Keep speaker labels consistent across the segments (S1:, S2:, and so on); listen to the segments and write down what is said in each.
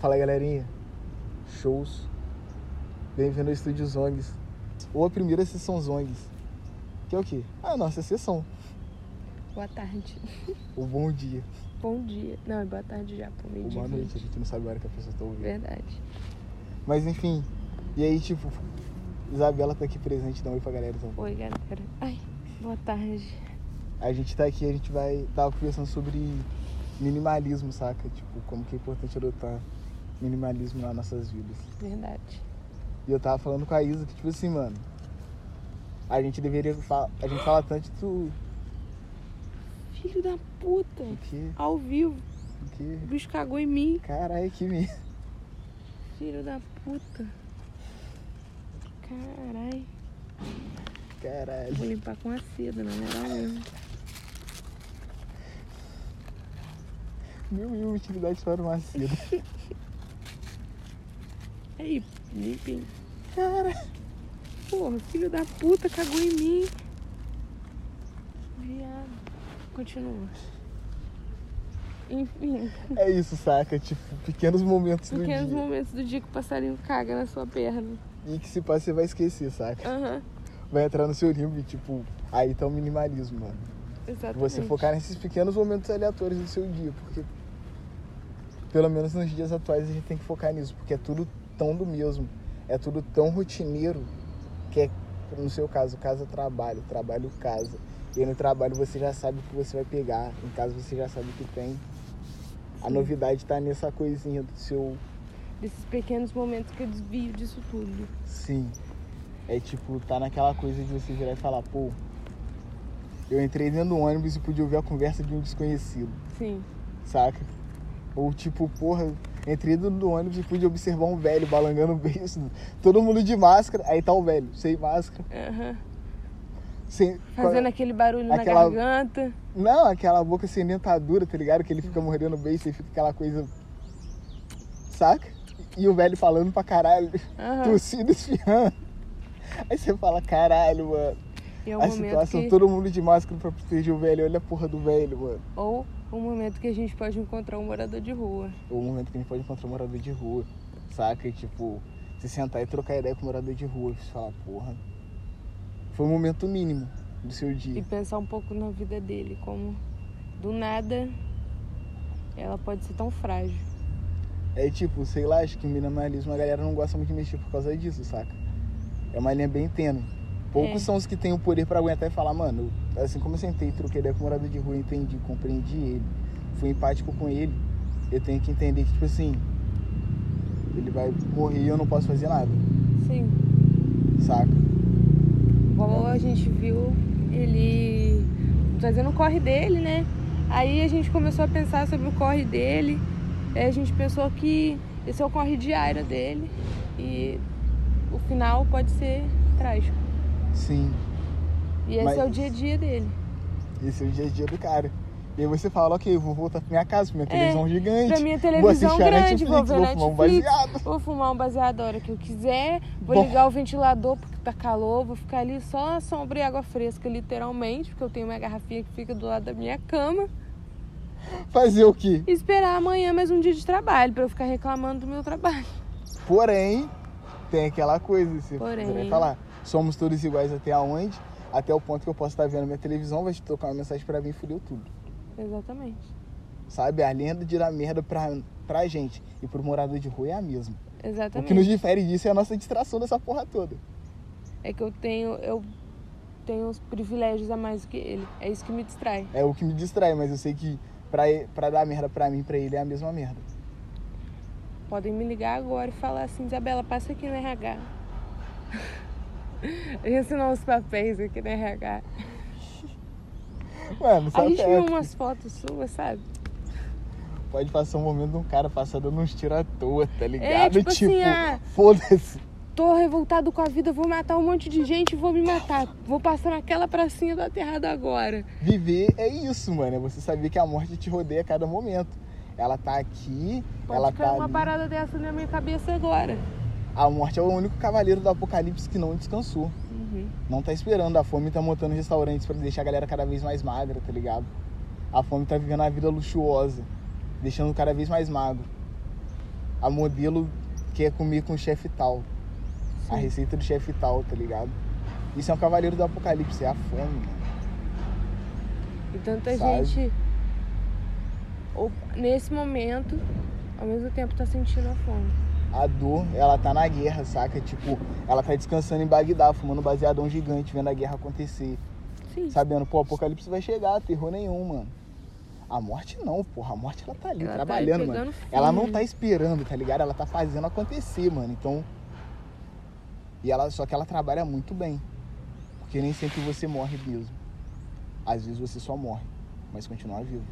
S1: Fala galerinha, shows, bem-vindo ao Estúdio Zongs, ou a primeira sessão Zongs, que é o quê? A nossa sessão,
S2: Boa tarde.
S1: o bom dia,
S2: Bom dia. Não, é boa tarde já, pô. Meio
S1: ou
S2: dia. É.
S1: boa
S2: e
S1: noite, a
S2: vinte.
S1: gente não sabe a hora que a pessoa tá ouvindo.
S2: Verdade.
S1: Mas enfim, e aí tipo, Isabela tá aqui presente, dá um oi pra galera então.
S2: Oi, galera. Ai, boa tarde.
S1: A gente tá aqui, a gente vai, tava conversando sobre minimalismo, saca? Tipo, como que é importante adotar minimalismo nas nossas vidas.
S2: Verdade.
S1: E eu tava falando com a Isa que, tipo assim, mano, a gente deveria falar. A gente fala tanto do.
S2: Filho da puta.
S1: Do que?
S2: Ao vivo.
S1: Do que?
S2: O bicho cagou em mim.
S1: Caralho, que merda.
S2: Filho da puta. Carai.
S1: Caralho.
S2: Vou limpar com a seda, na moral mesmo.
S1: Mil e uma utilidades para uma seda.
S2: Aí, limpinho.
S1: Caralho.
S2: Porra, filho da puta cagou em mim. Viado. Continua. Enfim.
S1: É isso, saca? Tipo, pequenos momentos do
S2: Pequenos
S1: dia.
S2: momentos do dia que o passarinho caga na sua perna.
S1: E que se passa, você vai esquecer, saca?
S2: Aham,
S1: Vai entrar no seu limbo e, tipo, aí tá o minimalismo, mano.
S2: exatamente.
S1: Você focar nesses pequenos momentos aleatórios do seu dia, porque. Pelo menos nos dias atuais a gente tem que focar nisso, porque é tudo tão do mesmo. É tudo tão rotineiro que é, no seu caso, casa trabalho, trabalho casa. E aí no trabalho você já sabe o que você vai pegar, em casa você já sabe o que tem. A novidade tá nessa coisinha do seu
S2: Desses pequenos momentos que eu desvio disso tudo.
S1: sim. É tipo, tá naquela coisa de você virar e falar, pô, eu entrei dentro do ônibus e pude ouvir a conversa de um desconhecido.
S2: Sim,
S1: saca? Ou tipo, porra, entrei dentro do ônibus e pude observar um velho balangando o beijo. Todo mundo de máscara, aí tá o velho, sem máscara,
S2: aham.
S1: sem.
S2: Fazendo aquele barulho
S1: é Aquela-
S2: na garganta.
S1: Não, aquela boca sem dentadura, tá ligado? Que ele fica mordendo o beijo e fica aquela coisa. Saca? E o velho falando pra caralho,
S2: Aham.
S1: tossindo, esfiando. Aí você fala, caralho, mano.
S2: E é o
S1: a
S2: momento
S1: situação,
S2: que...
S1: todo mundo de máscara pra proteger o velho. Olha a porra do velho, mano.
S2: Ou o momento que a gente pode encontrar um morador de rua.
S1: o momento que a gente pode encontrar um morador de rua, saca? E, tipo, se sentar e trocar ideia com o morador de rua, você fala, porra. Foi o momento mínimo do seu
S2: E
S1: dia.
S2: pensar um pouco na vida dele. Como, do nada, ela pode ser tão frágil.
S1: É tipo, sei lá, acho que o minimalismo a galera não gosta muito de mexer por causa disso, saca? É uma linha bem tênue. Poucos
S2: É.
S1: são os que têm o poder pra aguentar e falar, mano, eu- assim como eu sentei e troquei ideia com o morador de rua, entendi, compreendi ele, fui empático com ele, eu tenho que entender que, tipo assim, ele vai morrer e eu não posso fazer nada,
S2: Sim.
S1: saca?
S2: Igual a gente viu ele fazendo o corre dele, né? Aí a gente começou a pensar sobre o corre dele. Aí a gente pensou que esse é o corre diário dele. E o final pode ser trágico.
S1: Sim.
S2: E esse
S1: Mas-
S2: é o dia a dia dele.
S1: Esse é o dia a dia do cara. E aí você fala, ok, eu vou voltar pra minha casa, pra minha
S2: É,
S1: televisão gigante.
S2: Pra minha
S1: vou
S2: televisão
S1: assistir a
S2: grande,
S1: Netflix,
S2: vou ver
S1: fumar um
S2: Netflix.
S1: baseado.
S2: Vou fumar um baseado a hora que eu quiser. Vou
S1: Bom.
S2: ligar o ventilador porque tá calor. Vou ficar ali só a sombra e água fresca, literalmente. Porque eu tenho uma garrafinha que fica do lado da minha cama.
S1: Fazer o quê?
S2: e esperar amanhã mais um dia de trabalho pra eu ficar reclamando do meu trabalho.
S1: Porém, tem aquela coisa, você
S2: Porém.
S1: vai falar, somos todos iguais até aonde? Até o ponto que eu posso estar vendo minha televisão, vai te tocar uma mensagem pra mim e fudeu tudo.
S2: Exatamente.
S1: Sabe? A lenda de dar merda pra, pra gente e pro morador de rua é a mesma. O
S2: Exatamente.
S1: que nos difere disso é a nossa distração dessa porra toda.
S2: É que eu tenho eu tenho os privilégios a mais do que ele. É isso que me distrai.
S1: É o que me distrai, mas eu sei que pra, e- pra dar merda pra mim, pra ele, é a mesma merda.
S2: Podem me ligar agora e falar assim, Isabela, passa aqui no RH. Ensinar os papéis aqui no RH.
S1: Mano,
S2: A
S1: sabe?
S2: gente
S1: é-
S2: viu umas fotos suas, sabe?
S1: Pode passar um momento de um cara passando uns tiros à toa, tá ligado?
S2: tipo assim, ah.
S1: foda-se.
S2: Tô revoltado com a vida, vou matar um monte de gente e vou me matar. Vou passar naquela pracinha do aterrado agora.
S1: Viver é isso, mano. É você saber que a morte te rodeia a cada momento. Ela tá aqui,
S2: Pode
S1: ela
S2: cair
S1: tá
S2: uma
S1: ali.
S2: parada dessa na minha cabeça agora.
S1: A morte é o único cavaleiro do apocalipse que não descansou.
S2: Uhum.
S1: Não tá esperando. A fome tá montando restaurantes pra deixar a galera cada vez mais magra, tá ligado? A fome tá vivendo a vida luxuosa, deixando cada vez mais magro. A a modelo quer comer com o chefe tal. A receita do chefe tal, tá ligado? Isso é um cavaleiro do apocalipse, é a fome, mano.
S2: E tanta
S1: Sabe?
S2: gente, ou, nesse momento, ao mesmo tempo tá sentindo a fome.
S1: A dor, ela tá na guerra, saca? Tipo, ela tá descansando em Bagdá, fumando baseadão gigante, vendo a guerra acontecer.
S2: Sim.
S1: Sabendo, pô, o apocalipse vai chegar, terror nenhum, mano. A morte não, porra. A morte ela tá ali
S2: Ela tá
S1: trabalhando, mano.
S2: pegando
S1: Ela não
S2: firme.
S1: tá esperando, tá ligado? Ela tá fazendo acontecer, mano. Então. E ela. Só que ela trabalha muito bem. Porque nem sempre você morre mesmo. Às vezes você só morre, mas continua vivo.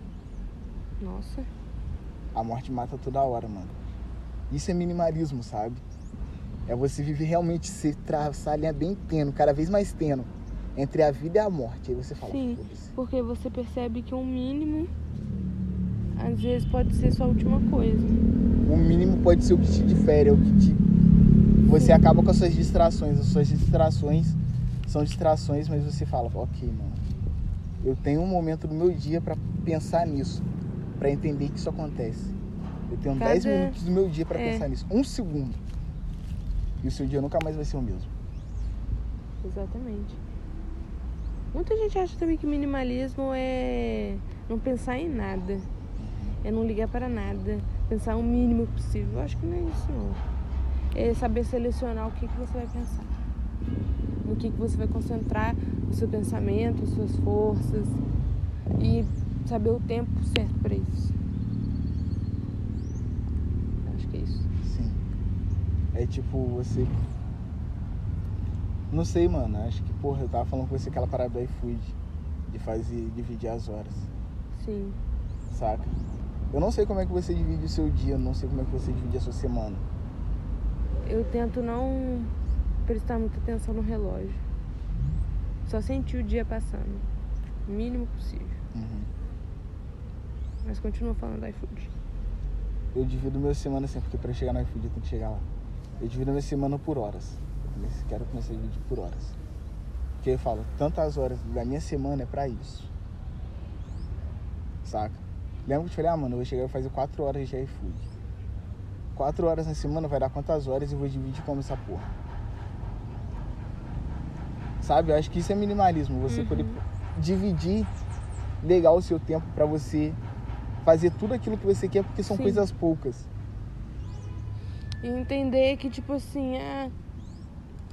S2: Nossa.
S1: A morte mata toda hora, mano. Isso é minimalismo, sabe? É você viver realmente, se traçar a linha bem tênue, cada vez mais tênue, entre a vida e a morte. Aí você fala,
S2: Sim.
S1: foda-se.
S2: Porque você percebe que um mínimo, às vezes, pode ser sua última coisa.
S1: O mínimo pode ser o que te difere, é o que te. Você acaba com as suas distrações. As suas distrações são distrações, mas você fala, ok, mano. Eu tenho um momento do meu dia pra pensar nisso, Pra entender que isso acontece. Eu tenho
S2: Cada-
S1: 10 minutos do meu dia pra
S2: é.
S1: pensar nisso, um segundo. E o seu dia nunca mais vai ser o mesmo.
S2: Exatamente. Muita gente acha também que minimalismo é não pensar em nada. É não ligar para nada. Pensar o mínimo possível. Eu acho que não é isso não. É saber selecionar o que, que você vai pensar. No que, que você vai concentrar o seu pensamento, as suas forças. E saber o tempo certo para isso. Eu Acho que é isso.
S1: Sim. É tipo, você. Não sei, mano. Acho que, porra, eu tava falando com você aquela parada do iFood. De fazer, dividir as horas.
S2: Sim.
S1: saca? Eu não sei como é que você divide o seu dia, eu não sei como é que você divide a sua semana.
S2: Eu tento não prestar muita atenção no relógio. Só sentir o dia passando. O mínimo possível. Mas continua falando do iFood.
S1: Eu divido minha semana assim, porque pra chegar no iFood eu tenho que chegar lá. Eu divido minha semana por horas. Eu quero começar a dividir por horas. Porque eu falo, tantas horas da minha semana é pra isso. Saca? Lembra que eu te falei, ah, mano, eu vou chegar e vou fazer 4 horas de iFood. 4 horas na semana vai dar quantas horas e eu vou dividir como essa porra. Sabe? Eu acho que isso é minimalismo. Você poder dividir legal o seu tempo pra você fazer tudo aquilo que você quer, porque são
S2: Sim.
S1: coisas poucas.
S2: E entender que, tipo assim, ah,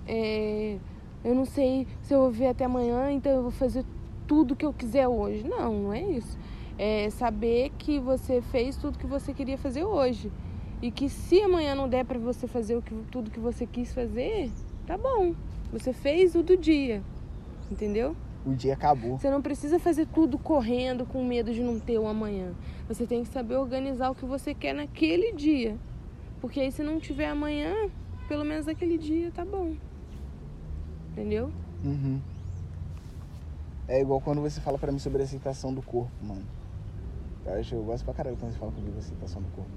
S2: é, eu não sei se eu vou ver até amanhã, então eu vou fazer tudo que eu quiser hoje. Não, não é isso. É saber que você fez tudo que você queria fazer hoje. E que se amanhã não der pra você fazer o que, tudo que você quis fazer, tá bom. Você fez o do dia. Entendeu?
S1: O dia acabou.
S2: Você não precisa fazer tudo correndo com medo de não ter o amanhã. Você tem que saber organizar o que você quer naquele dia. Porque aí se não tiver amanhã, pelo menos aquele dia tá bom. Entendeu?
S1: Uhum. É igual quando você fala pra mim sobre a aceitação do corpo, mano. Eu, acho, eu gosto pra caralho quando você fala comigo a aceitação do corpo.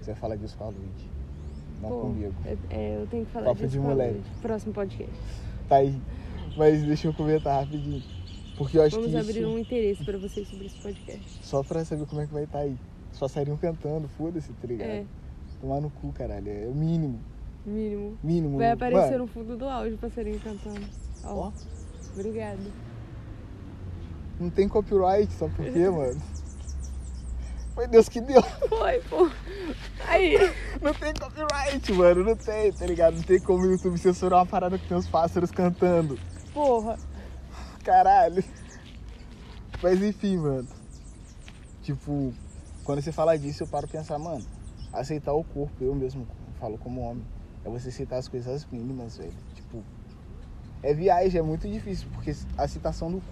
S1: Você fala disso com a Luiz. Não
S2: Pô.
S1: comigo.
S2: É- é, eu tenho que falar
S1: Papo
S2: disso
S1: de
S2: pra
S1: moleque.
S2: hoje. Próximo podcast.
S1: Tá aí. Mas deixa eu comentar rapidinho. Porque eu acho
S2: Vamos
S1: que
S2: abrir
S1: isso,
S2: um interesse pra vocês sobre esse podcast.
S1: só pra saber como é que vai estar aí. Só sairiam cantando, foda-se, tá ligado?
S2: É,
S1: Tomar no cu, caralho. É o mínimo.
S2: mínimo.
S1: Mínimo.
S2: Vai
S1: mano.
S2: aparecer no fundo do áudio o passarinho cantando. Ó,
S1: Ó,
S2: obrigada. um-
S1: não tem copyright, sabe por quê, mano? Foi Deus que deu.
S2: Foi, pô. Aí.
S1: Não tem copyright, mano. Não tem, tá ligado? Não tem como o YouTube censurar uma parada que tem os pássaros cantando.
S2: Porra.
S1: Caralho. Mas enfim, mano. Tipo, quando você fala disso, eu paro pra pensar, mano, aceitar o corpo, eu mesmo falo como homem, é você aceitar as coisas mínimas, velho. Tipo, é viagem, é muito difícil, porque a aceitação do corpo.